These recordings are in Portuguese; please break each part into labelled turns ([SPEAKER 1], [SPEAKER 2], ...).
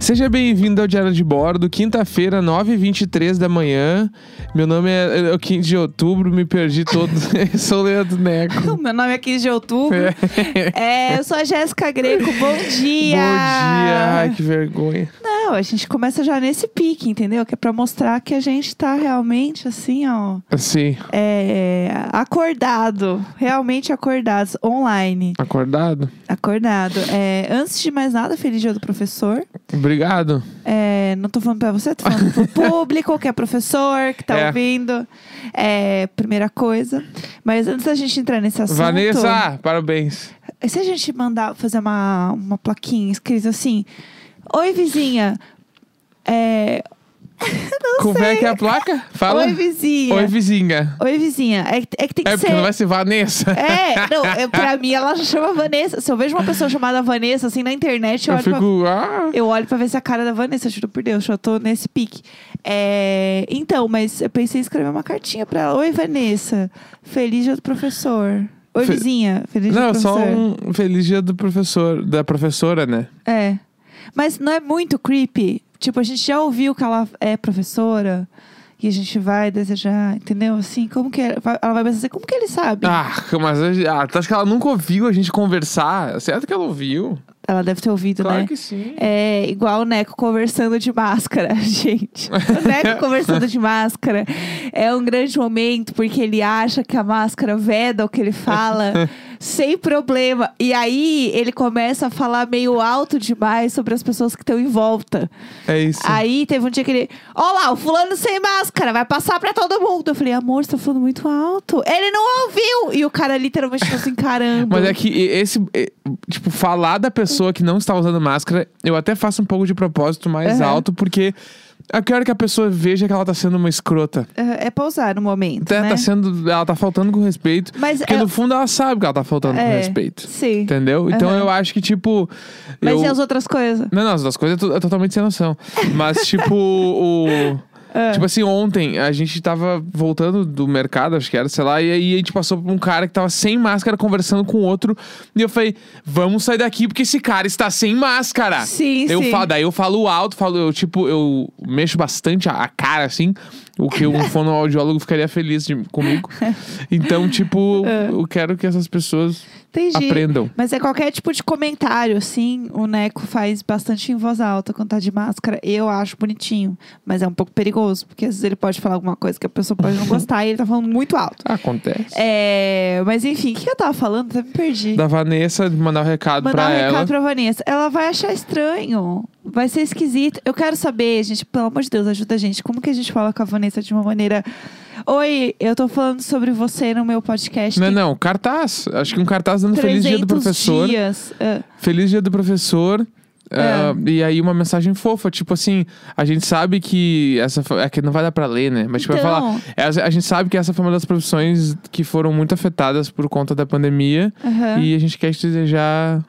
[SPEAKER 1] Seja bem-vindo ao Diário de Bordo, quinta-feira, 9h23 da manhã. Meu nome é, é o 15 de outubro, me perdi todo. Sou o Leandro Neco.
[SPEAKER 2] Meu nome é 15 de outubro. É, eu sou a Jéssica Greco. Bom dia!
[SPEAKER 1] Bom dia! Ai, que vergonha.
[SPEAKER 2] Não, a gente começa já nesse pique, entendeu? Que é pra mostrar que a gente tá realmente assim, ó.
[SPEAKER 1] Assim,
[SPEAKER 2] é, acordado. Realmente acordados. Online.
[SPEAKER 1] acordado?
[SPEAKER 2] Acordado. É, antes de mais nada, feliz dia do professor.
[SPEAKER 1] Obrigado.
[SPEAKER 2] É, não tô falando pra você, tô falando pro público, que é professor, que tá
[SPEAKER 1] É.
[SPEAKER 2] ouvindo. É, primeira coisa. Mas antes da gente entrar nesse assunto.
[SPEAKER 1] Vanessa, parabéns.
[SPEAKER 2] E se a gente mandar fazer uma, uma plaquinha escrita assim: Oi, vizinha. É. não
[SPEAKER 1] Como
[SPEAKER 2] sei.
[SPEAKER 1] é que é a placa? Fala.
[SPEAKER 2] Oi, vizinha.
[SPEAKER 1] Oi, vizinha.
[SPEAKER 2] Oi, vizinha. É, que- é que tem que
[SPEAKER 1] É
[SPEAKER 2] ser.
[SPEAKER 1] porque não vai ser Vanessa.
[SPEAKER 2] É, não, eu, pra mim ela já chama Vanessa. Se eu vejo uma pessoa chamada Vanessa assim na internet,
[SPEAKER 1] Eu
[SPEAKER 2] eu, olho pra
[SPEAKER 1] fico. Ah,
[SPEAKER 2] eu olho pra ver se é a cara da Vanessa, juro por Deus, eu tô nesse pique. É, então, mas eu pensei em escrever uma cartinha pra ela. Oi, Vanessa. Feliz dia do professor. Oi,
[SPEAKER 1] Fe-
[SPEAKER 2] vizinha. Feliz dia
[SPEAKER 1] não,
[SPEAKER 2] do
[SPEAKER 1] só
[SPEAKER 2] professor.
[SPEAKER 1] um feliz dia do professor, da professora, né?
[SPEAKER 2] É. Mas não é muito creepy? Tipo, a gente já ouviu que ela é professora e a gente vai desejar, entendeu? Assim, como que é? Vai- ela vai pensar assim, como que ele sabe?
[SPEAKER 1] Ah, mas hoje- ah, tu acha que ela nunca ouviu a gente conversar? Certo que ela ouviu.
[SPEAKER 2] Ela deve ter ouvido,
[SPEAKER 1] Claro
[SPEAKER 2] né?
[SPEAKER 1] que sim.
[SPEAKER 2] É igual o Neco conversando de máscara, gente. O Neco conversando de máscara é um grande momento porque ele acha que a máscara veda o que ele fala sem problema. E aí ele começa a falar meio alto demais sobre as pessoas que estão em volta.
[SPEAKER 1] É isso.
[SPEAKER 2] Aí teve um dia que ele. Ó lá, o fulano sem máscara, vai passar pra todo mundo. Eu falei, amor, você tá falando muito alto. Ele não ouviu! E o cara literalmente ficou assim, caramba.
[SPEAKER 1] Mas é que e- esse, e- tipo, falar da pessoa que não está usando máscara, eu até faço um pouco de propósito mais
[SPEAKER 2] Aham.
[SPEAKER 1] alto, porque eu quero que a pessoa veja que ela tá sendo uma escrota.
[SPEAKER 2] É, é pausar no momento.
[SPEAKER 1] Tá,
[SPEAKER 2] né?
[SPEAKER 1] tá sendo, ela tá faltando com respeito.
[SPEAKER 2] Mas
[SPEAKER 1] Porque
[SPEAKER 2] é-
[SPEAKER 1] no fundo ela sabe que ela tá faltando com
[SPEAKER 2] É,
[SPEAKER 1] respeito.
[SPEAKER 2] Sim.
[SPEAKER 1] Entendeu? Então
[SPEAKER 2] Aham.
[SPEAKER 1] eu acho que, tipo.
[SPEAKER 2] Mas
[SPEAKER 1] eu...
[SPEAKER 2] e as outras coisas?
[SPEAKER 1] Não, não, as duas coisas eu tô- é totalmente sem noção. Mas, tipo, o.
[SPEAKER 2] É.
[SPEAKER 1] Tipo assim, ontem a gente tava voltando do mercado, acho que era, sei lá, e aí a gente passou por um cara que tava sem máscara conversando com outro. E eu falei, vamos sair daqui porque esse cara está sem máscara.
[SPEAKER 2] Sim,
[SPEAKER 1] eu
[SPEAKER 2] sim.
[SPEAKER 1] Falo, daí eu falo alto, falo, eu tipo, eu mexo bastante a, a cara, assim, o que um fonoaudiólogo ficaria feliz de- comigo. Então, tipo,
[SPEAKER 2] É.
[SPEAKER 1] eu quero que essas pessoas
[SPEAKER 2] Entendi.
[SPEAKER 1] aprendam.
[SPEAKER 2] Mas é qualquer tipo de comentário, assim. O Neco faz bastante em voz alta quando tá de máscara. Eu acho bonitinho. Mas é um pouco perigoso, porque às vezes ele pode falar alguma coisa que a pessoa pode não gostar e ele tá falando muito alto.
[SPEAKER 1] Acontece.
[SPEAKER 2] É, mas enfim, o que que eu tava falando? Até me perdi.
[SPEAKER 1] Da Vanessa, mandar o recado
[SPEAKER 2] é, Mandar
[SPEAKER 1] pra
[SPEAKER 2] um
[SPEAKER 1] ela.
[SPEAKER 2] recado pra Vanessa. Ela vai achar estranho. Vai ser esquisito. Eu quero saber, gente, pelo amor de Deus, ajuda a gente. Como que a gente fala com a Vanessa de uma maneira. Oi, eu tô falando sobre você no meu podcast.
[SPEAKER 1] Não,
[SPEAKER 2] tem
[SPEAKER 1] não, cartaz. Acho que um cartaz dando
[SPEAKER 2] 300
[SPEAKER 1] Feliz Dia do Professor.
[SPEAKER 2] dias. Ah,
[SPEAKER 1] Feliz Dia do Professor.
[SPEAKER 2] É.
[SPEAKER 1] ah, e aí uma mensagem fofa, tipo assim, a gente sabe que essa fa- é que não vai dar pra ler, né? Mas tipo,
[SPEAKER 2] Então.
[SPEAKER 1] vai falar, essa- a gente sabe que essa foi uma das profissões que foram muito afetadas por conta da pandemia
[SPEAKER 2] aham.
[SPEAKER 1] e a gente quer te desejar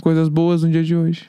[SPEAKER 1] coisas boas no dia de hoje.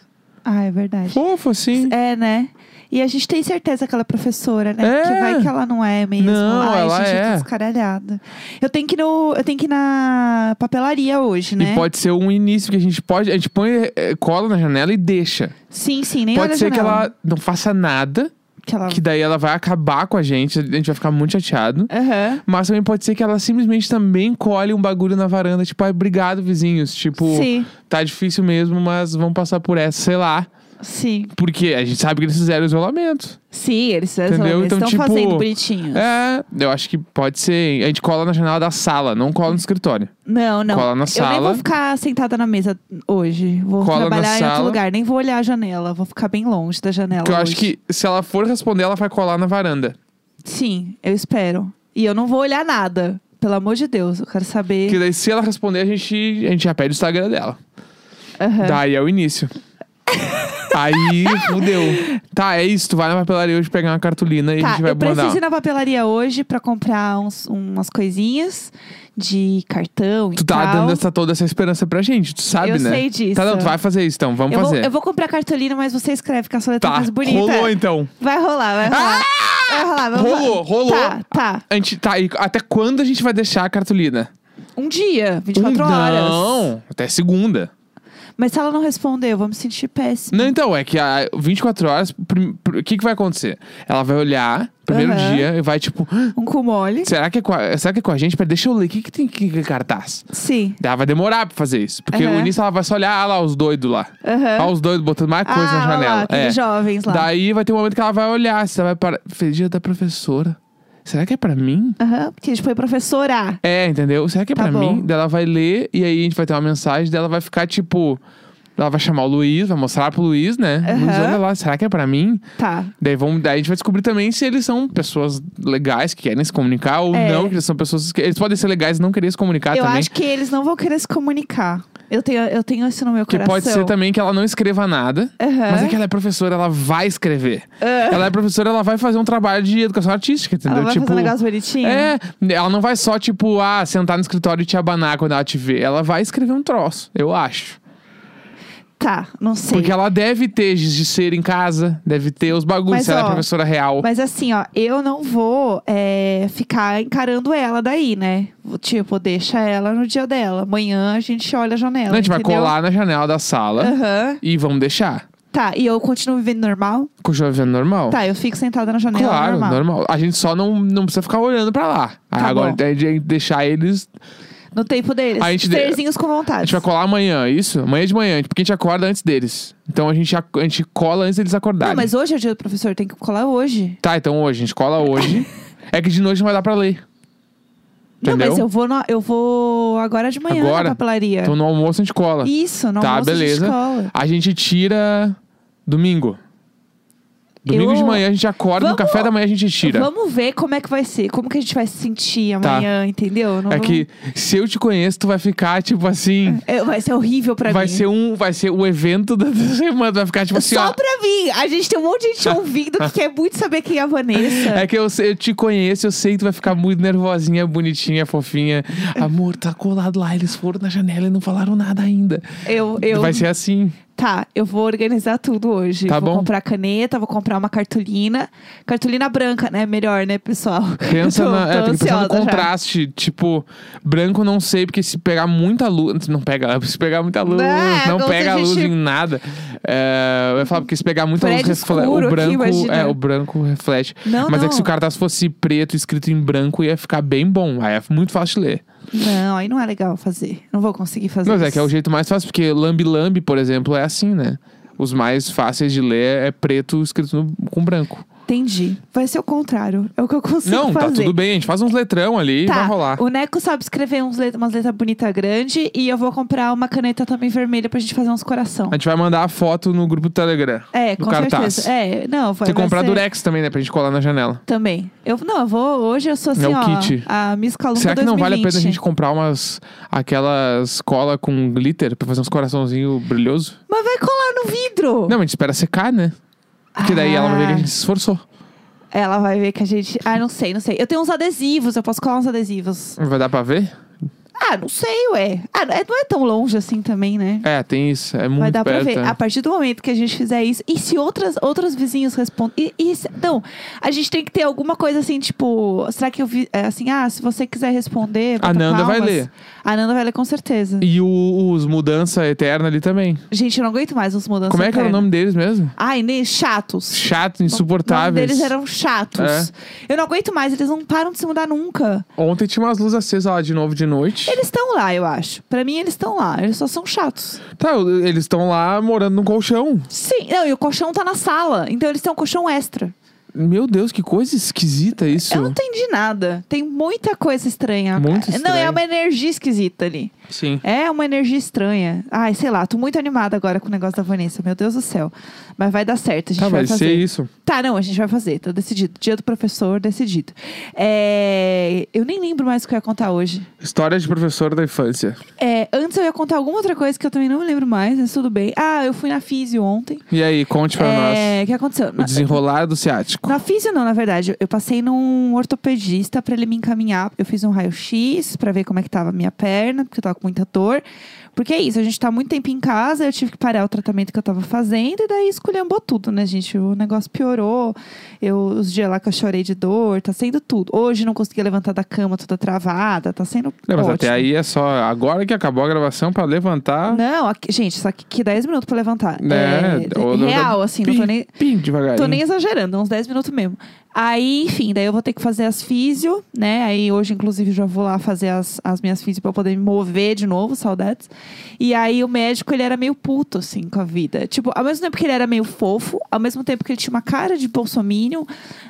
[SPEAKER 2] Ah, é verdade.
[SPEAKER 1] Fofo assim.
[SPEAKER 2] É, né? E a gente tem certeza que ela é professora, né?
[SPEAKER 1] É.
[SPEAKER 2] Porque vai que ela não é mesmo.
[SPEAKER 1] Não,
[SPEAKER 2] Ai,
[SPEAKER 1] ela
[SPEAKER 2] gente, eu
[SPEAKER 1] é.
[SPEAKER 2] tô descaralhada. Eu tenho que ir no, eu tenho que ir na papelaria hoje, né?
[SPEAKER 1] E pode ser um início que a gente pode, a gente põe eh, cola na janela e deixa.
[SPEAKER 2] Sim, sim, nem olha
[SPEAKER 1] pode
[SPEAKER 2] a
[SPEAKER 1] ser que
[SPEAKER 2] janela.
[SPEAKER 1] ela não faça nada,
[SPEAKER 2] que ela
[SPEAKER 1] que daí ela vai acabar com a gente, a gente vai ficar muito chateado.
[SPEAKER 2] Aham.
[SPEAKER 1] Mas também pode ser que ela simplesmente também colhe um bagulho na varanda, tipo, ai, obrigado, vizinhos. Tipo,
[SPEAKER 2] Sim,
[SPEAKER 1] tá difícil mesmo, mas vamos passar por essa, sei lá.
[SPEAKER 2] sim.
[SPEAKER 1] Porque a gente sabe que eles fizeram isolamento.
[SPEAKER 2] Sim, eles
[SPEAKER 1] Entendeu?
[SPEAKER 2] eles
[SPEAKER 1] Então,
[SPEAKER 2] estão
[SPEAKER 1] tipo,
[SPEAKER 2] fazendo bonitinho.
[SPEAKER 1] É, eu acho que pode ser. hein? A gente cola na janela da sala, não
[SPEAKER 2] Uhum.
[SPEAKER 1] cola no escritório.
[SPEAKER 2] Não, não.
[SPEAKER 1] cola na
[SPEAKER 2] Eu nem
[SPEAKER 1] sala.
[SPEAKER 2] vou ficar sentada na mesa hoje. Vou
[SPEAKER 1] Cola na
[SPEAKER 2] trabalhar em outro
[SPEAKER 1] sala.
[SPEAKER 2] lugar. Nem vou olhar a janela. Vou ficar bem longe da janela.
[SPEAKER 1] Porque eu acho
[SPEAKER 2] hoje.
[SPEAKER 1] que se ela for responder, ela vai colar na varanda.
[SPEAKER 2] Sim, eu espero. E eu não vou olhar nada. Pelo amor de Deus, eu quero saber.
[SPEAKER 1] Porque daí, se ela responder, a gente, a gente já pede o Instagram dela.
[SPEAKER 2] Aham.
[SPEAKER 1] Daí é o início. Aí, fudeu. Tá, é isso. Tu vai na papelaria hoje pegar uma cartolina e a
[SPEAKER 2] Tá,
[SPEAKER 1] gente vai
[SPEAKER 2] eu
[SPEAKER 1] mandar.
[SPEAKER 2] preciso ir na papelaria hoje pra comprar uns- umas coisinhas de cartão e
[SPEAKER 1] Tu tá
[SPEAKER 2] tal.
[SPEAKER 1] dando essa, toda essa esperança pra gente, tu sabe,
[SPEAKER 2] Eu
[SPEAKER 1] né?
[SPEAKER 2] sei disso.
[SPEAKER 1] Tá, não, tu vai fazer isso então, vamos
[SPEAKER 2] eu, vou,
[SPEAKER 1] fazer.
[SPEAKER 2] eu vou comprar cartolina, mas você escreve com a sua letra
[SPEAKER 1] tá,
[SPEAKER 2] mais bonita.
[SPEAKER 1] rolou então.
[SPEAKER 2] Vai rolar, vai rolar. vai rolar, vai rolar.
[SPEAKER 1] Rolou, rolou.
[SPEAKER 2] Tá, tá.
[SPEAKER 1] A gente, tá, e até quando a gente vai deixar a cartolina?
[SPEAKER 2] Um dia, 24
[SPEAKER 1] Um-
[SPEAKER 2] horas.
[SPEAKER 1] Não, até segunda.
[SPEAKER 2] Mas se ela não responder, eu vou me sentir péssima.
[SPEAKER 1] Não, então, é que a 24 horas, prim- pr- o que, que vai acontecer? Ela vai olhar, primeiro
[SPEAKER 2] Aham.
[SPEAKER 1] dia, e vai tipo, "Ah,
[SPEAKER 2] Um cu mole.
[SPEAKER 1] será que é com a, será que é com a gente? Pera, deixa eu ler, o que, que tem aqui em cartaz?
[SPEAKER 2] Sim.
[SPEAKER 1] Ela vai demorar pra fazer isso. Porque
[SPEAKER 2] Aham.
[SPEAKER 1] no início ela vai só olhar, ah lá, os doidos lá.
[SPEAKER 2] Aham.
[SPEAKER 1] Ah, os doidos botando mais coisa
[SPEAKER 2] ah,
[SPEAKER 1] na
[SPEAKER 2] olha
[SPEAKER 1] janela.
[SPEAKER 2] Lá, aqueles
[SPEAKER 1] é.
[SPEAKER 2] jovens lá.
[SPEAKER 1] Daí vai ter um momento que ela vai olhar, você vai parar. Feliz dia da professora. Será que é pra mim?
[SPEAKER 2] Aham, porque a gente foi professora.
[SPEAKER 1] É, entendeu? Será que é
[SPEAKER 2] Tá
[SPEAKER 1] pra
[SPEAKER 2] bom.
[SPEAKER 1] mim? Daí ela vai ler e aí a gente vai ter uma mensagem dela, vai ficar tipo. Ela vai chamar o Luiz, vai mostrar pro Luiz, né?
[SPEAKER 2] Aham.
[SPEAKER 1] Luiz, olha lá, será que é pra mim?
[SPEAKER 2] Tá.
[SPEAKER 1] Daí, vamos, daí a gente vai descobrir também se eles são pessoas legais que querem se comunicar ou
[SPEAKER 2] É.
[SPEAKER 1] não, que eles são pessoas que. Eles podem ser legais e não querer se comunicar
[SPEAKER 2] eu
[SPEAKER 1] Ah, também.
[SPEAKER 2] acho que eles não vão querer se comunicar. Eu tenho, eu tenho isso no meu
[SPEAKER 1] Que
[SPEAKER 2] coração.
[SPEAKER 1] pode ser também que ela não escreva nada,
[SPEAKER 2] Aham.
[SPEAKER 1] mas é que ela é professora, ela vai escrever.
[SPEAKER 2] Ah,
[SPEAKER 1] Ela é professora, ela vai fazer um trabalho de educação artística, entendeu?
[SPEAKER 2] ela vai
[SPEAKER 1] tipo,
[SPEAKER 2] fazer um negócio bonitinho?
[SPEAKER 1] É, ela não vai só, tipo, ah, sentar no escritório e te abanar quando ela te vê. Ela vai escrever um troço, eu acho.
[SPEAKER 2] Tá, não sei.
[SPEAKER 1] Porque ela deve ter de ser em casa, deve ter os bagulhos,
[SPEAKER 2] Mas,
[SPEAKER 1] se ela
[SPEAKER 2] ó,
[SPEAKER 1] é professora real.
[SPEAKER 2] Mas assim, ó, eu não vou é, ficar encarando ela daí, né? Tipo, deixa ela no dia dela. Amanhã a gente olha a janela.
[SPEAKER 1] Não, a gente vai
[SPEAKER 2] entendeu?
[SPEAKER 1] colar na janela da sala
[SPEAKER 2] Aham.
[SPEAKER 1] e vamos deixar.
[SPEAKER 2] Tá, e eu continuo vivendo normal?
[SPEAKER 1] Continua vivendo normal.
[SPEAKER 2] Tá, eu fico sentada na janela
[SPEAKER 1] Claro,
[SPEAKER 2] normal.
[SPEAKER 1] A gente só não, não precisa ficar olhando pra lá. Aí
[SPEAKER 2] Tá
[SPEAKER 1] agora
[SPEAKER 2] bom.
[SPEAKER 1] a gente deixar eles.
[SPEAKER 2] No tempo deles.
[SPEAKER 1] A gente de-
[SPEAKER 2] Serzinhos com
[SPEAKER 1] A
[SPEAKER 2] vontade.
[SPEAKER 1] gente vai colar amanhã, isso? Amanhã de manhã, porque a gente acorda antes deles. Então a gente, ac- a gente cola antes deles acordarem.
[SPEAKER 2] Não, mas hoje é o dia do professor, tem que colar hoje.
[SPEAKER 1] Tá, então hoje, a gente cola hoje. é que de noite não vai dar pra ler.
[SPEAKER 2] Não,
[SPEAKER 1] Entendeu?
[SPEAKER 2] mas eu vou, no- eu vou agora de manhã
[SPEAKER 1] Agora?
[SPEAKER 2] na papelaria.
[SPEAKER 1] Então no almoço a gente cola.
[SPEAKER 2] Isso, não
[SPEAKER 1] Tá,
[SPEAKER 2] É. almoço
[SPEAKER 1] beleza.
[SPEAKER 2] de escola.
[SPEAKER 1] A gente tira domingo. Domingo
[SPEAKER 2] Eu-
[SPEAKER 1] de manhã a gente acorda, no
[SPEAKER 2] Vamos-
[SPEAKER 1] café da manhã a gente tira.
[SPEAKER 2] Vamos ver como é que vai ser, como que a gente vai se sentir
[SPEAKER 1] Tá.
[SPEAKER 2] amanhã, entendeu? Não
[SPEAKER 1] É
[SPEAKER 2] vamos-
[SPEAKER 1] que se eu te conheço, tu vai ficar tipo assim.
[SPEAKER 2] É, vai ser horrível pra
[SPEAKER 1] vai
[SPEAKER 2] mim. É
[SPEAKER 1] ser um, vai ser o evento da semana, vai ficar tipo assim,
[SPEAKER 2] Só
[SPEAKER 1] ó.
[SPEAKER 2] pra mim. A gente tem um monte de gente ouvindo que quer muito saber quem é a Vanessa.
[SPEAKER 1] É que eu, sei- eu te conheço, eu sei que tu vai ficar muito nervosinha, bonitinha, fofinha. Amor, tá colado lá, eles foram na janela e não falaram nada ainda.
[SPEAKER 2] Eu, eu,
[SPEAKER 1] Vai ser assim.
[SPEAKER 2] Tá, eu vou organizar tudo hoje.
[SPEAKER 1] Tá
[SPEAKER 2] vou
[SPEAKER 1] bom.
[SPEAKER 2] comprar caneta, vou comprar uma cartolina. Cartolina branca, né? Melhor, né, pessoal?
[SPEAKER 1] Pensa
[SPEAKER 2] Eu tô,
[SPEAKER 1] na, é,
[SPEAKER 2] tô
[SPEAKER 1] tem que pensar no
[SPEAKER 2] ansiosa já.
[SPEAKER 1] contraste. Tipo, branco não sei, porque se pegar muita luz. Não pega, se pegar muita luz,
[SPEAKER 2] É,
[SPEAKER 1] não
[SPEAKER 2] como se
[SPEAKER 1] pega
[SPEAKER 2] a
[SPEAKER 1] luz
[SPEAKER 2] gente-
[SPEAKER 1] em nada. É, eu ia falar, porque se pegar muita
[SPEAKER 2] Prédio
[SPEAKER 1] luz, refle-
[SPEAKER 2] escuro
[SPEAKER 1] o
[SPEAKER 2] aqui,
[SPEAKER 1] branco.
[SPEAKER 2] imagina.
[SPEAKER 1] é, o branco reflete.
[SPEAKER 2] Não,
[SPEAKER 1] Mas é
[SPEAKER 2] não.
[SPEAKER 1] que se o cartaz fosse preto, escrito em branco, ia ficar bem bom. Aí é muito fácil de ler.
[SPEAKER 2] Não, aí não é legal fazer. Não vou conseguir fazer
[SPEAKER 1] Mas
[SPEAKER 2] isso.
[SPEAKER 1] é que é o jeito mais fácil, porque lambi-lambi, por exemplo, é assim, né? Os mais fáceis de ler é preto escrito no- com branco.
[SPEAKER 2] Entendi. Vai ser o contrário. É o que eu consigo
[SPEAKER 1] não,
[SPEAKER 2] fazer.
[SPEAKER 1] tá tudo bem. A gente faz uns letrão ali e
[SPEAKER 2] Tá,
[SPEAKER 1] vai rolar.
[SPEAKER 2] o Neco sabe escrever uns let- umas letras bonitas grande e eu vou comprar uma caneta também vermelha pra gente fazer uns coração.
[SPEAKER 1] A gente vai mandar a foto no grupo do Telegram.
[SPEAKER 2] É,
[SPEAKER 1] do
[SPEAKER 2] com
[SPEAKER 1] cartaz.
[SPEAKER 2] certeza. É, não, vai,
[SPEAKER 1] Tem que
[SPEAKER 2] vai
[SPEAKER 1] comprar
[SPEAKER 2] ser...
[SPEAKER 1] durex também, né? Pra gente colar na janela.
[SPEAKER 2] Também. Eu, não, eu vou. Hoje eu sou assim,
[SPEAKER 1] É o
[SPEAKER 2] ó.
[SPEAKER 1] kit.
[SPEAKER 2] A Miss Calunga
[SPEAKER 1] Será que
[SPEAKER 2] 2020.
[SPEAKER 1] não vale a pena a gente comprar umas... Aquelas cola com glitter pra fazer uns coraçãozinhos brilhoso?
[SPEAKER 2] Mas vai colar no vidro!
[SPEAKER 1] Não, a gente espera secar, né? Porque daí ela vai ver que a gente se esforçou.
[SPEAKER 2] Ah, Ela vai ver que a gente. Ah, não sei, não sei. Eu tenho uns adesivos, eu posso colar uns adesivos.
[SPEAKER 1] Vai dar pra ver?
[SPEAKER 2] Ah, não sei, ué. Ah, é- não é tão longe assim também, né?
[SPEAKER 1] É, tem isso. É muito
[SPEAKER 2] Vai dar pra
[SPEAKER 1] perto.
[SPEAKER 2] ver.
[SPEAKER 1] né?
[SPEAKER 2] A partir do momento que a gente fizer isso. E se outras, outros vizinhos respondem. E, e se- então, a gente tem que ter alguma coisa assim, tipo. Será que eu vi. é, Assim, ah, se você quiser responder.
[SPEAKER 1] A
[SPEAKER 2] bota
[SPEAKER 1] Nanda vai
[SPEAKER 2] palmas.
[SPEAKER 1] ler.
[SPEAKER 2] A Nanda vai ler com certeza.
[SPEAKER 1] E o- os Mudança Eterna ali também.
[SPEAKER 2] Gente, eu não aguento mais os mudanças.
[SPEAKER 1] Como é que era o
[SPEAKER 2] internas.
[SPEAKER 1] nome deles mesmo?
[SPEAKER 2] Ai, nem Ah, chatos.
[SPEAKER 1] Chato,
[SPEAKER 2] O nome
[SPEAKER 1] insuportáveis. É.
[SPEAKER 2] deles eram chatos. Eu não aguento mais, eles não param de se mudar nunca.
[SPEAKER 1] Ontem tinha umas luzes acesas lá de novo de noite.
[SPEAKER 2] Eles estão lá, eu acho. Pra mim, eles estão lá. Eles só são chatos.
[SPEAKER 1] Tá, eles estão lá morando num colchão.
[SPEAKER 2] Sim, não, e o colchão tá na sala. Então eles têm um colchão extra.
[SPEAKER 1] Meu Deus, que coisa esquisita isso.
[SPEAKER 2] Eu não entendi nada. Tem muita coisa estranha.
[SPEAKER 1] Muito
[SPEAKER 2] Não, é
[SPEAKER 1] estranho.
[SPEAKER 2] uma energia esquisita ali.
[SPEAKER 1] Sim.
[SPEAKER 2] É uma energia estranha. Ai, sei lá, tô muito animada agora com o negócio da Vanessa. Meu Deus do céu. Mas vai dar certo, a gente
[SPEAKER 1] Tá,
[SPEAKER 2] vai
[SPEAKER 1] vai
[SPEAKER 2] fazer.
[SPEAKER 1] ser isso.
[SPEAKER 2] Tá, não, a gente vai fazer, tá decidido. Dia do professor, decidido. É, Eu nem lembro mais o que eu ia contar hoje.
[SPEAKER 1] História de professor da infância.
[SPEAKER 2] É, antes eu ia contar alguma outra coisa que eu também não me lembro mais, mas tudo bem. Ah, eu fui na Físio ontem.
[SPEAKER 1] E aí, conte pra
[SPEAKER 2] É, O que aconteceu?
[SPEAKER 1] nós. O desenrolar do ciático. médico.
[SPEAKER 2] Na física não, na verdade. Eu passei num ortopedista pra ele me encaminhar. Eu fiz um raio-x pra ver como é que tava a minha perna, porque eu tava com muita dor. Porque é isso, a gente tá muito tempo em casa, eu tive que parar o tratamento que eu tava fazendo e daí esculhambou tudo, né, gente? O negócio piorou. Eu, os dias lá que eu chorei de dor, tá sendo tudo. Hoje não consegui levantar da cama, toda travada, tá sendo
[SPEAKER 1] Não, mas
[SPEAKER 2] ótimo.
[SPEAKER 1] até aí é só agora que acabou a gravação pra levantar.
[SPEAKER 2] Não, aqui- gente, só que, que 10 minutos pra levantar.
[SPEAKER 1] Né?
[SPEAKER 2] É,
[SPEAKER 1] Ou-
[SPEAKER 2] real, assim, não tô nem...
[SPEAKER 1] Pim, devagarinho.
[SPEAKER 2] Tô nem exagerando, uns 10 minutos mesmo. Aí, enfim, daí eu vou ter que fazer as físio, né? Aí hoje, inclusive, já vou lá fazer as, as minhas físio pra eu poder me mover de novo, saudades. E aí o médico, ele era meio puto, assim, com a vida. Tipo, ao mesmo tempo que ele era meio fofo, ao mesmo tempo que ele tinha uma cara de bolsominion,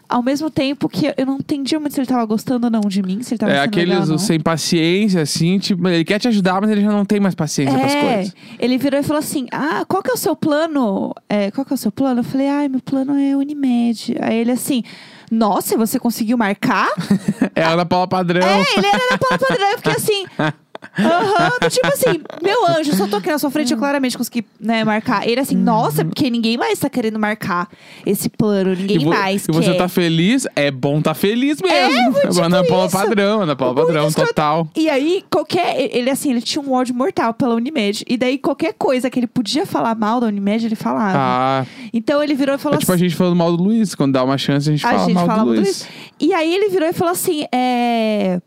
[SPEAKER 2] ao mesmo tempo que eu não entendia muito se ele tava gostando ou não de mim, se ele tava
[SPEAKER 1] É
[SPEAKER 2] sendo legal
[SPEAKER 1] aqueles
[SPEAKER 2] ou não.
[SPEAKER 1] sem paciência, assim, tipo, ele quer te ajudar, mas ele já não tem mais paciência pras
[SPEAKER 2] É,
[SPEAKER 1] coisas.
[SPEAKER 2] ele virou e falou assim: Ah, qual que é o seu plano? É, qual que é o seu plano? Eu falei, ai, meu plano é Unimed. Aí ele assim, nossa, você conseguiu marcar?
[SPEAKER 1] É a Ana Paula Padrão.
[SPEAKER 2] Ah. é, ele era na Paula Padrão, eu fiquei assim. Aham, do tipo assim, meu anjo, só tô aqui na sua frente, eu claramente consegui né, marcar. Ele assim, nossa, porque ninguém mais tá querendo marcar esse plano, ninguém
[SPEAKER 1] Uhum. E, vo-
[SPEAKER 2] mais
[SPEAKER 1] e você
[SPEAKER 2] quer.
[SPEAKER 1] tá feliz? É bom tá feliz mesmo.
[SPEAKER 2] tipo
[SPEAKER 1] Ana Paula
[SPEAKER 2] isso.
[SPEAKER 1] Padrão, Ana Paula
[SPEAKER 2] O único
[SPEAKER 1] Padrão,
[SPEAKER 2] escroto-
[SPEAKER 1] total.
[SPEAKER 2] E aí, qualquer. Ele, assim, ele tinha um ódio mortal pela Unimed. E daí, qualquer coisa que ele podia falar mal da Unimed, ele falava.
[SPEAKER 1] Ah,
[SPEAKER 2] Então ele virou e falou
[SPEAKER 1] é tipo a
[SPEAKER 2] assim.
[SPEAKER 1] gente falando mal do Luiz. Quando dá uma chance, a gente fala mal do
[SPEAKER 2] muito
[SPEAKER 1] Luiz.
[SPEAKER 2] isso. E aí ele virou e falou assim: é,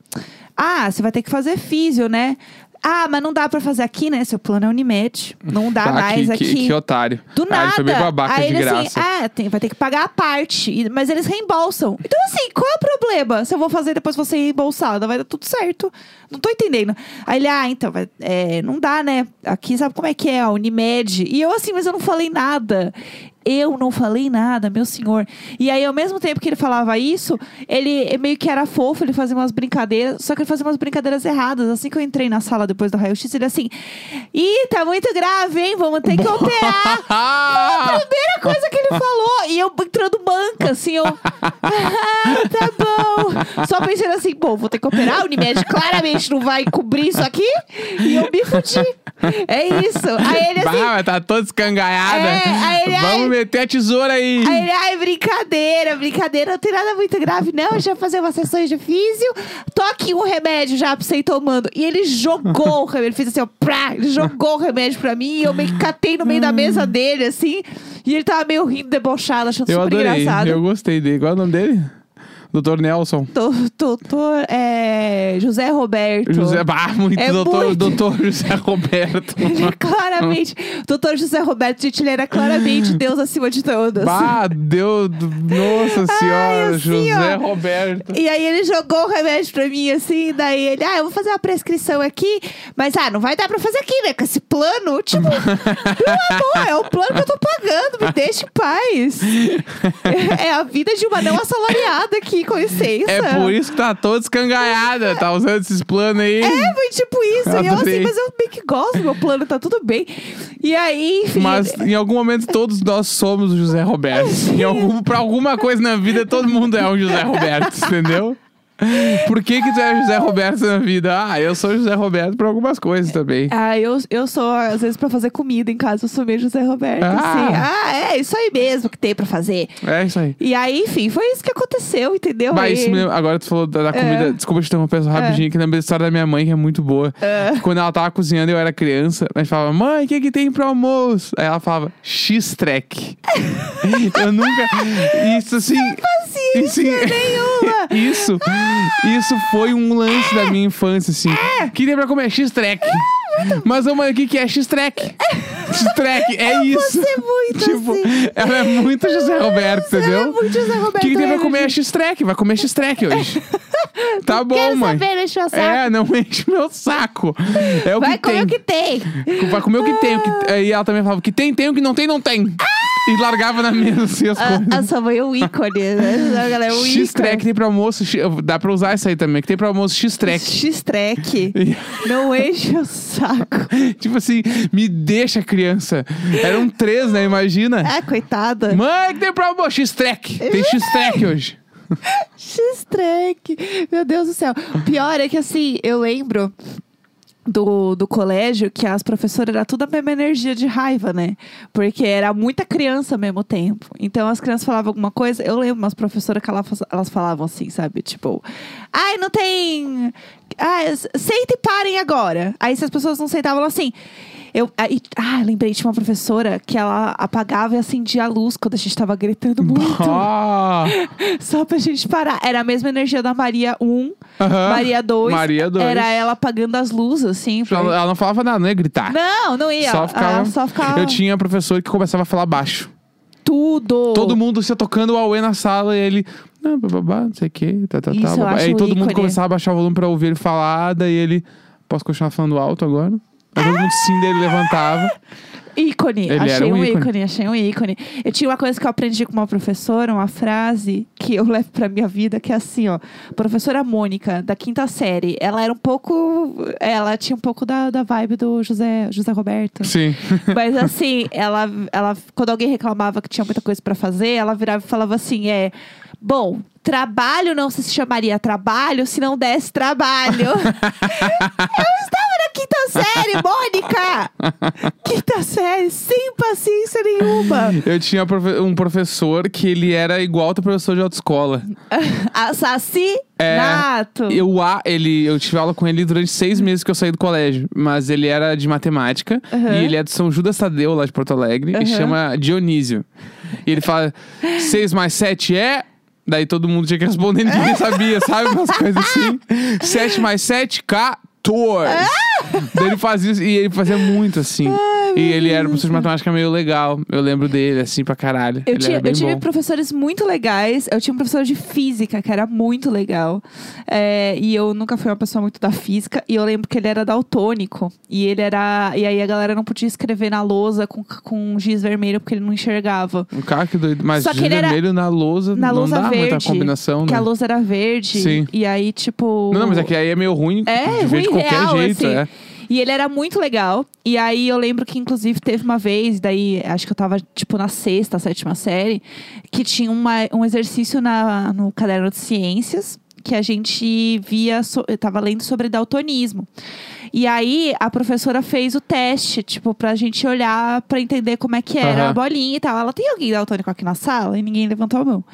[SPEAKER 2] Ah, você vai ter que fazer físio, né? Ah, mas não dá pra fazer aqui, né? Seu plano é Unimed. Não dá
[SPEAKER 1] Tá,
[SPEAKER 2] mais
[SPEAKER 1] que,
[SPEAKER 2] Ah, aqui.
[SPEAKER 1] Que, que otário.
[SPEAKER 2] Do
[SPEAKER 1] Ah,
[SPEAKER 2] nada.
[SPEAKER 1] ele foi meio babaca
[SPEAKER 2] Aí
[SPEAKER 1] de
[SPEAKER 2] ele
[SPEAKER 1] graça.
[SPEAKER 2] assim, ah, tem- vai ter que pagar a parte. E- Mas eles reembolsam. Então, assim, qual é o problema? Se eu vou fazer depois você reembolsada, vai dar tudo certo. Não tô entendendo. Aí ele, ah, então, vai- é, não dá, né? Aqui sabe como é que é, a Unimed. E eu assim, mas eu não falei nada. Eu não falei nada, meu senhor. E aí, ao mesmo tempo que ele falava isso, ele meio que era fofo, ele fazia umas brincadeiras, só que ele fazia umas brincadeiras erradas. Assim que eu entrei na sala depois do raio-x, ele assim: Ih, tá muito grave, hein? Vamos ter que operar. Foi
[SPEAKER 1] Ah.
[SPEAKER 2] a primeira coisa que ele falou. E eu entrando banca, assim, eu. Ah, tá bom. Só pensando assim, bom, vou ter que operar. A Unimed claramente não vai cobrir isso aqui. E eu me fudi. É isso. Aí ele assim.
[SPEAKER 1] Bah, mas tá toda escangalhada.
[SPEAKER 2] É, aí ele-
[SPEAKER 1] Vamos
[SPEAKER 2] aí-
[SPEAKER 1] meter a tesoura aí.
[SPEAKER 2] Aí é ele, ai, brincadeira, brincadeira, não tem nada muito grave, não. Deixa eu fazer umas sessões de físio. Toque um remédio já pra você ir tomando. E ele jogou o remédio, ele fez assim, ó, prá, ele jogou o remédio pra mim e eu meio que catei no meio da mesa dele, assim. E ele tava meio rindo, debochado, achando
[SPEAKER 1] Hum. eu
[SPEAKER 2] super
[SPEAKER 1] adorei.
[SPEAKER 2] engraçado.
[SPEAKER 1] Eu gostei dele. Qual é o nome dele? Doutor Nelson.
[SPEAKER 2] Doutor é, José Roberto.
[SPEAKER 1] José Bah, muito
[SPEAKER 2] É
[SPEAKER 1] doutor,
[SPEAKER 2] muito.
[SPEAKER 1] doutor José Roberto.
[SPEAKER 2] Ele é claramente. Doutor José Roberto, gente, ele era claramente Deus acima de todos.
[SPEAKER 1] bah, Deus. do- Nossa senhora,
[SPEAKER 2] assim,
[SPEAKER 1] José
[SPEAKER 2] ó.
[SPEAKER 1] Roberto.
[SPEAKER 2] E aí ele jogou o remédio pra mim, assim, daí ele, ah, eu vou fazer uma prescrição aqui, mas ah, não vai dar pra fazer aqui, né? Com esse plano, tipo, meu amor, é o plano que eu tô pagando, me deixa em paz. é a vida de uma não assalariada aqui, com licença.
[SPEAKER 1] É por isso que tá toda escangalhada. Tá usando esses planos aí.
[SPEAKER 2] É, foi tipo isso. E eu
[SPEAKER 1] Adorei.
[SPEAKER 2] assim, mas eu meio que gosto do meu plano, tá tudo bem. E aí, enfim.
[SPEAKER 1] Mas em algum momento todos nós somos o José Roberto. Em algum, pra alguma coisa na vida, todo mundo é um José Roberto, entendeu? Por que, que tu é José Roberto na vida? Ah, eu sou José Roberto pra algumas coisas também.
[SPEAKER 2] Ah, eu, eu sou, às vezes, pra fazer comida em casa, eu sou meio José Roberto.
[SPEAKER 1] Ah.
[SPEAKER 2] assim. ah é isso aí mesmo que tem pra fazer.
[SPEAKER 1] É isso aí.
[SPEAKER 2] E aí, enfim, foi isso que aconteceu, entendeu? Aí-
[SPEAKER 1] Mas isso me lembra- agora tu falou da, da comida.
[SPEAKER 2] É.
[SPEAKER 1] Desculpa te interromper só rapidinho, que lembra da história da minha mãe, que é muito boa. Quando ela tava cozinhando, eu era criança, a gente falava, mãe, o que, que tem pro almoço? Aí ela falava, X-Trek. eu nunca. Isso assim.
[SPEAKER 2] paciência
[SPEAKER 1] isso-
[SPEAKER 2] nenhuma.
[SPEAKER 1] isso. Isso foi um lance da minha infância, assim.
[SPEAKER 2] É.
[SPEAKER 1] O que tem pra comer? X-Trek. Mas, ô, mãe, o que, que é X-Trek? X-Trek, é isso.
[SPEAKER 2] ser muito
[SPEAKER 1] tipo,
[SPEAKER 2] assim.
[SPEAKER 1] ela é muito José Roberto,
[SPEAKER 2] Ela
[SPEAKER 1] entendeu?
[SPEAKER 2] é muito José
[SPEAKER 1] O
[SPEAKER 2] Roberto né,
[SPEAKER 1] que, que tem pra
[SPEAKER 2] mesmo,
[SPEAKER 1] comer? É X-Track. Vai comer X-Track hoje. tá bom,
[SPEAKER 2] Quero
[SPEAKER 1] mãe.
[SPEAKER 2] saber, deixa eu saber.
[SPEAKER 1] é, não enche meu saco. É o
[SPEAKER 2] Vai
[SPEAKER 1] que tem.
[SPEAKER 2] comer o que Ah. tem.
[SPEAKER 1] Vai comer o que tem. o que- Aí ela também falava: o que tem, tem, o que não tem, não tem. E largava na mesa assim as coisas.
[SPEAKER 2] A, a sua mãe é um ícone, né? A galera é um ícone.
[SPEAKER 1] X-Track tem pra almoço. X- Dá pra usar isso aí também. Que tem pra almoço X-Track.
[SPEAKER 2] X-Trek. Não enche o saco.
[SPEAKER 1] tipo assim, me deixa criança. Eram três, né? Imagina.
[SPEAKER 2] Ah, coitada.
[SPEAKER 1] Mãe, o que tem pra almoço? X-Track. Tem X-Track hoje.
[SPEAKER 2] X-Track. Meu Deus do céu. O pior é que assim, eu lembro do, do colégio que as professoras eram tudo a mesma energia de raiva, né? Porque era muita criança ao mesmo tempo. Então as crianças falavam alguma coisa. Eu lembro umas professoras que ela- elas falavam assim, sabe? Tipo, ai, não tem. Ah, senta e parem agora. Aí se as pessoas não sentavam, elas assim. Eu, aí, ah, lembrei de uma professora que ela apagava e acendia a luz quando a gente tava gritando muito.
[SPEAKER 1] Ah,
[SPEAKER 2] Só pra gente parar. Era a mesma energia da Maria 1,
[SPEAKER 1] aham.
[SPEAKER 2] Maria 2.
[SPEAKER 1] Ah, Maria dois.
[SPEAKER 2] Era ela apagando as luzes, assim.
[SPEAKER 1] Tipo, Ela, ela não falava nada, não ia gritar.
[SPEAKER 2] Não, não ia.
[SPEAKER 1] Só ficava...
[SPEAKER 2] Ela só ficava
[SPEAKER 1] Eu tinha professor que começava a falar baixo.
[SPEAKER 2] tudo.
[SPEAKER 1] Todo mundo se tocando o Aue na sala e ele. Ah, bababá, não sei o que, tá, tá,
[SPEAKER 2] Isso,
[SPEAKER 1] tá.
[SPEAKER 2] eu
[SPEAKER 1] babá."
[SPEAKER 2] acho
[SPEAKER 1] Aí
[SPEAKER 2] um
[SPEAKER 1] todo mundo
[SPEAKER 2] ícone.
[SPEAKER 1] começava a baixar o volume pra ouvir ele falar, daí ele. Posso continuar falando alto agora? Aí todo mundo sim dele levantava.
[SPEAKER 2] Ícone.
[SPEAKER 1] Ele
[SPEAKER 2] achei
[SPEAKER 1] era um
[SPEAKER 2] um
[SPEAKER 1] ícone.
[SPEAKER 2] ícone. achei um ícone. Eu tinha uma coisa que eu aprendi com uma professora, uma frase que eu levo pra minha vida, que é assim, ó. Professora Mônica, da quinta série, ela era um pouco. Ela tinha um pouco da, da vibe do José, José Roberto.
[SPEAKER 1] Sim.
[SPEAKER 2] Mas assim, ela, ela, quando alguém reclamava que tinha muita coisa pra fazer, ela virava e falava assim: é. Bom, trabalho não se chamaria trabalho se não desse trabalho. Eu estava na quinta série, Mônica! Quinta série, sem paciência nenhuma.
[SPEAKER 1] Eu tinha profe- um professor que ele era igual ao professor de autoescola.
[SPEAKER 2] Assassinato.
[SPEAKER 1] Eu, a, ele, eu tive aula com ele durante seis meses que eu saí do colégio. Mas ele era de matemática.
[SPEAKER 2] Aham.
[SPEAKER 1] E ele é de São Judas Tadeu, lá de Porto Alegre.
[SPEAKER 2] Aham.
[SPEAKER 1] E chama Dionísio. E ele fala, seis mais sete é... Daí todo mundo tinha que responder, ninguém sabia, sabe? Umas coisas assim. Sete mais sete, 14.
[SPEAKER 2] Ah!
[SPEAKER 1] Daí ele fazia isso, e ele fazia muito assim. e ele era um professor de matemática meio legal. Eu lembro dele, assim, pra caralho.
[SPEAKER 2] Eu,
[SPEAKER 1] ele
[SPEAKER 2] tinha-
[SPEAKER 1] era bem
[SPEAKER 2] eu tive
[SPEAKER 1] bom.
[SPEAKER 2] professores muito legais. Eu tinha um professor de física que era muito legal. É, e eu nunca fui uma pessoa muito da física. E eu lembro que ele era daltônico. E ele era. E aí a galera não podia escrever na lousa com, com um giz vermelho porque ele não enxergava.
[SPEAKER 1] Um cara que doido. Mas
[SPEAKER 2] Só que
[SPEAKER 1] de
[SPEAKER 2] ele era-
[SPEAKER 1] vermelho na lousa
[SPEAKER 2] Na
[SPEAKER 1] não
[SPEAKER 2] lousa
[SPEAKER 1] dá muita
[SPEAKER 2] verde,
[SPEAKER 1] combinação,
[SPEAKER 2] Que
[SPEAKER 1] né?
[SPEAKER 2] a lousa era verde.
[SPEAKER 1] Sim.
[SPEAKER 2] E aí, tipo.
[SPEAKER 1] Não, não, mas é que aí é meio ruim
[SPEAKER 2] É,
[SPEAKER 1] de ver
[SPEAKER 2] ruim
[SPEAKER 1] de qualquer
[SPEAKER 2] real,
[SPEAKER 1] jeito.
[SPEAKER 2] assim.
[SPEAKER 1] É.
[SPEAKER 2] E ele era muito legal. E aí eu lembro que, inclusive, teve uma vez, daí acho que eu tava, tipo, na sexta, sétima série, que tinha uma- um exercício na, no caderno de ciências que a gente via, so, eu tava lendo sobre daltonismo. E aí a professora fez o teste, tipo, pra gente olhar pra entender como é que era
[SPEAKER 1] Aham.
[SPEAKER 2] a bolinha e tal. Ela tem alguém daltônico aqui na sala e ninguém levantou a mão.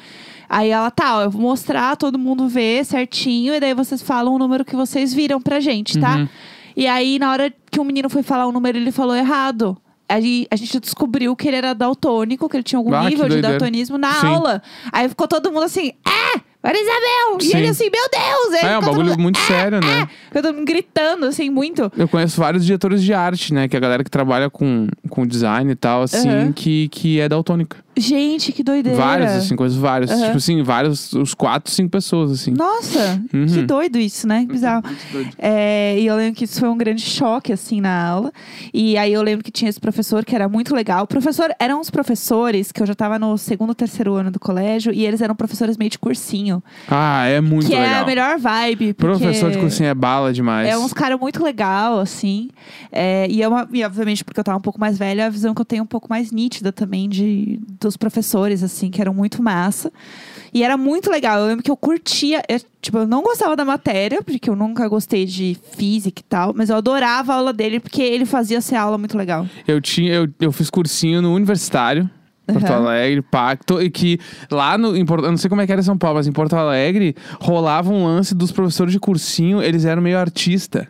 [SPEAKER 2] Aí ela tá, ó, eu vou mostrar, todo mundo vê certinho, e daí vocês falam o número que vocês viram pra gente, tá?
[SPEAKER 1] Uhum.
[SPEAKER 2] E aí, na hora que o menino foi falar o número, ele falou errado. Aí a gente descobriu que ele era daltônico, que ele tinha algum
[SPEAKER 1] Ah, que
[SPEAKER 2] nível de
[SPEAKER 1] doideira.
[SPEAKER 2] daltonismo na
[SPEAKER 1] Sim.
[SPEAKER 2] aula. Aí ficou todo mundo assim, é! Maria Isabel! E
[SPEAKER 1] Sim.
[SPEAKER 2] ele assim, meu Deus! E aí
[SPEAKER 1] É, um
[SPEAKER 2] ficou todo
[SPEAKER 1] bagulho
[SPEAKER 2] mundo,
[SPEAKER 1] muito sério, né?
[SPEAKER 2] "É!" Ficou todo mundo gritando, assim, muito.
[SPEAKER 1] Eu conheço vários diretores de arte, né? Que é a galera que trabalha com, com design e tal, assim,
[SPEAKER 2] Aham.
[SPEAKER 1] que, que é daltônica.
[SPEAKER 2] Gente, que doideira.
[SPEAKER 1] Vários, assim, conheço vários.
[SPEAKER 2] Aham.
[SPEAKER 1] Tipo assim, vários, uns quatro, cinco pessoas, assim.
[SPEAKER 2] Nossa,
[SPEAKER 1] Uhum.
[SPEAKER 2] que doido isso, né? Bizarro.
[SPEAKER 1] Muito doido.
[SPEAKER 2] É, e eu lembro que isso foi um grande choque, assim, na aula. E aí eu lembro que tinha esse professor que era muito legal. O professor, eram uns professores que eu já tava no segundo, terceiro ano do colégio, e eles eram professores meio de cursinho.
[SPEAKER 1] Ah, é muito
[SPEAKER 2] que é
[SPEAKER 1] legal.
[SPEAKER 2] a melhor vibe. Porque
[SPEAKER 1] Professor de cursinho é bala demais.
[SPEAKER 2] É uns caras muito legal, assim. É, e, é uma, e, obviamente, porque eu tava um pouco mais velha, a visão que eu tenho é um pouco mais nítida também de, dos professores, assim, que eram muito massa. E era muito legal. Eu lembro que eu curtia. eu, tipo, eu não gostava da matéria, porque eu nunca gostei de física e tal, mas eu adorava a aula dele, porque ele fazia ser aula muito legal.
[SPEAKER 1] Eu, tinha, eu, eu fiz cursinho no universitário. Porto
[SPEAKER 2] Aham.
[SPEAKER 1] Alegre, Pacto, e que lá no. em Porto- eu não sei como é que era em São Paulo, mas em Porto Alegre rolava um lance dos professores de cursinho, eles eram meio artista.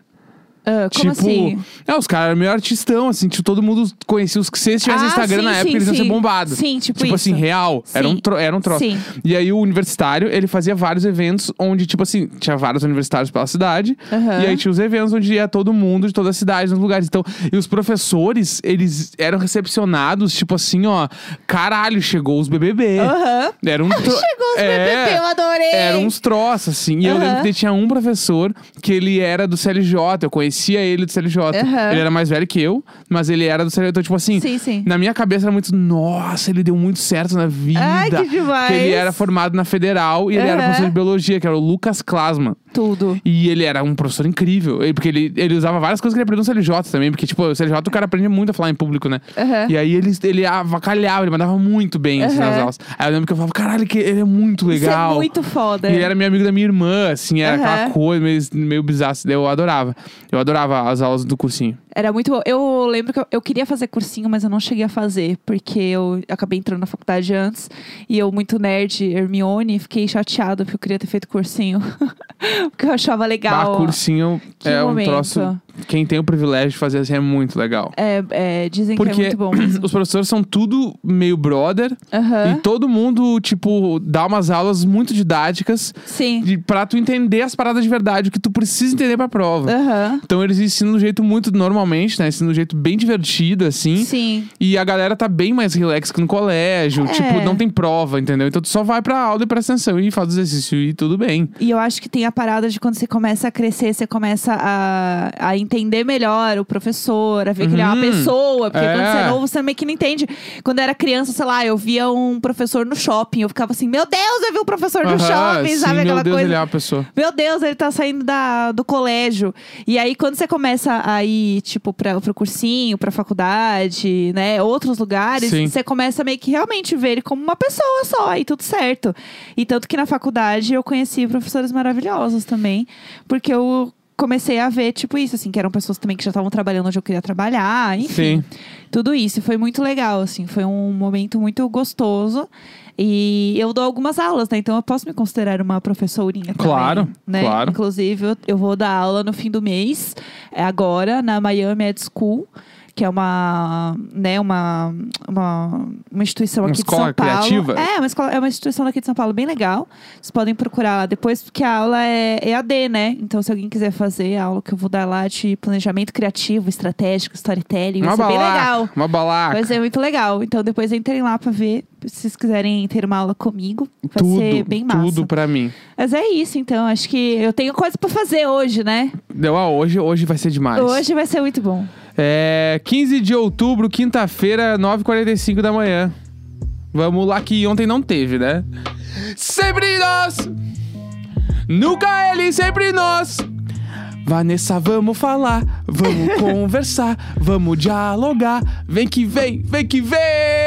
[SPEAKER 2] Ah, como
[SPEAKER 1] tipo,
[SPEAKER 2] assim?
[SPEAKER 1] é, os caras eram meio artistão, assim, tipo, todo mundo conhecia os que se eles tivessem
[SPEAKER 2] Ah,
[SPEAKER 1] Instagram
[SPEAKER 2] sim,
[SPEAKER 1] na época,
[SPEAKER 2] sim,
[SPEAKER 1] eles iam
[SPEAKER 2] sim.
[SPEAKER 1] ser bombados.
[SPEAKER 2] Sim, tipo
[SPEAKER 1] Tipo assim,
[SPEAKER 2] isso.
[SPEAKER 1] real. Era um,
[SPEAKER 2] Sim.
[SPEAKER 1] tro era um troço.
[SPEAKER 2] Sim.
[SPEAKER 1] E aí o universitário, ele fazia vários eventos onde, tipo assim, tinha vários universitários pela cidade.
[SPEAKER 2] Aham.
[SPEAKER 1] E aí tinha os eventos onde ia todo mundo de toda a cidade, nos lugares. Então, e os professores, eles eram recepcionados, tipo assim, ó, caralho, chegou os BBB.
[SPEAKER 2] Aham.
[SPEAKER 1] Era um tro...
[SPEAKER 2] Ah, Chegou os BBB, eu adorei!
[SPEAKER 1] Eram uns troços, assim. E eu
[SPEAKER 2] Aham.
[SPEAKER 1] lembro que tinha um professor que ele era do CLJ. Eu conhecia ele do CLJ.
[SPEAKER 2] Aham.
[SPEAKER 1] Ele era mais velho que eu, mas ele era do CLJ. Então, tipo assim,
[SPEAKER 2] Sim, sim.
[SPEAKER 1] na minha cabeça era muito... Nossa, ele deu muito certo na vida.
[SPEAKER 2] Ai, que demais.
[SPEAKER 1] Porque ele era formado na Federal e ele era
[SPEAKER 2] Aham.
[SPEAKER 1] professor de Biologia, que era o Lucas Klasman.
[SPEAKER 2] Tudo.
[SPEAKER 1] E ele era um professor incrível. E- Porque ele, ele usava várias coisas que ele aprendeu no CLJ também. Porque, tipo, o CLJ o cara aprende muito a falar em público, né?
[SPEAKER 2] Aham.
[SPEAKER 1] E aí ele, ele avacalhava, ele mandava muito bem assim, nas
[SPEAKER 2] Aham.
[SPEAKER 1] aulas. Aí eu lembro que eu falava, caralho, que ele é muito legal.
[SPEAKER 2] Isso é muito foda.
[SPEAKER 1] E ele era meu amigo da minha irmã, assim, era
[SPEAKER 2] Aham.
[SPEAKER 1] aquela coisa meio, meio bizarra, assim, daí eu adorava. Eu adorava as aulas do cursinho.
[SPEAKER 2] Era muito bom. Eu lembro que eu, eu queria fazer cursinho, mas eu não cheguei a fazer, porque eu acabei entrando na faculdade antes. E eu, muito nerd, Hermione, fiquei chateada porque eu queria ter feito cursinho. porque eu achava legal.
[SPEAKER 1] Bah, Ah, cursinho
[SPEAKER 2] Que
[SPEAKER 1] é
[SPEAKER 2] momento.
[SPEAKER 1] um troço. Quem tem o privilégio de fazer assim é muito legal.
[SPEAKER 2] É, é, dizem que é
[SPEAKER 1] Porque
[SPEAKER 2] muito bom. mesmo.
[SPEAKER 1] os professores são tudo meio brother.
[SPEAKER 2] Aham.
[SPEAKER 1] E todo mundo, tipo, dá umas aulas muito didáticas
[SPEAKER 2] Sim.
[SPEAKER 1] de, pra tu entender as paradas de verdade, o que tu precisa entender pra prova.
[SPEAKER 2] Aham.
[SPEAKER 1] Então eles ensinam de um jeito muito normalmente, né? Ensinam de um jeito bem divertido, assim.
[SPEAKER 2] Sim.
[SPEAKER 1] E a galera tá bem mais relax que no colégio.
[SPEAKER 2] É.
[SPEAKER 1] Tipo, não tem prova, entendeu? Então tu só vai pra aula e presta atenção e faz o exercício e tudo bem.
[SPEAKER 2] E eu acho que tem a parada de quando você começa a crescer, você começa a, a entender melhor o professor, a ver que ele é uma
[SPEAKER 1] Uhum.
[SPEAKER 2] pessoa. Porque
[SPEAKER 1] É.
[SPEAKER 2] quando você é novo, você meio que não entende. Quando eu era criança, sei lá, eu via um professor no shopping. Eu ficava assim, meu Deus, eu vi um professor no
[SPEAKER 1] Aham,
[SPEAKER 2] shopping,
[SPEAKER 1] sim,
[SPEAKER 2] sabe?
[SPEAKER 1] meu
[SPEAKER 2] Aquela
[SPEAKER 1] Deus,
[SPEAKER 2] coisa.
[SPEAKER 1] ele é uma pessoa.
[SPEAKER 2] Meu Deus, ele tá saindo da, do colégio. E aí, quando você começa a ir, tipo, pra, pro cursinho, pra faculdade, né? Outros lugares,
[SPEAKER 1] Sim.
[SPEAKER 2] você começa meio que realmente ver ele como uma pessoa só, e tudo certo. E tanto que na faculdade eu conheci professores maravilhosos também, porque eu comecei a ver, tipo, isso, assim, que eram pessoas também que já estavam trabalhando onde eu queria trabalhar, enfim.
[SPEAKER 1] Sim.
[SPEAKER 2] Tudo isso. E Foi muito legal, assim. Foi um momento muito gostoso. E eu dou algumas aulas, né? Então eu posso me considerar uma professorinha também,
[SPEAKER 1] Claro,
[SPEAKER 2] né?
[SPEAKER 1] claro.
[SPEAKER 2] Inclusive, eu, eu vou dar aula no fim do mês, é agora, na Miami Ed School. Que é uma, né, uma, uma, uma instituição
[SPEAKER 1] Uma
[SPEAKER 2] aqui de
[SPEAKER 1] escola
[SPEAKER 2] São Paulo.
[SPEAKER 1] criativa?
[SPEAKER 2] É, uma escola, é uma instituição daqui de São Paulo bem legal. Vocês podem procurar lá depois, porque a aula é EAD, né? Então, se alguém quiser fazer a aula que eu vou dar lá de planejamento criativo, estratégico, storytelling,
[SPEAKER 1] Uma
[SPEAKER 2] vai ser é bem
[SPEAKER 1] balaca.
[SPEAKER 2] legal.
[SPEAKER 1] Uma balaca.
[SPEAKER 2] Vai ser muito legal. Então depois entrem lá pra ver. Se vocês quiserem ter uma aula comigo, vai
[SPEAKER 1] tudo,
[SPEAKER 2] ser bem massa.
[SPEAKER 1] tudo pra mim.
[SPEAKER 2] Mas é isso, então. Acho que eu tenho coisa pra fazer hoje, né?
[SPEAKER 1] Deu a ah, hoje, hoje vai ser demais.
[SPEAKER 2] Hoje vai ser muito bom.
[SPEAKER 1] É 15 de outubro, quinta-feira, 9h45 da manhã. Vamos lá que ontem não teve, né? Sempre nós! Nunca ele, sempre nós! Vanessa, vamos falar, vamos conversar, vamos dialogar. Vem que vem, vem que vem!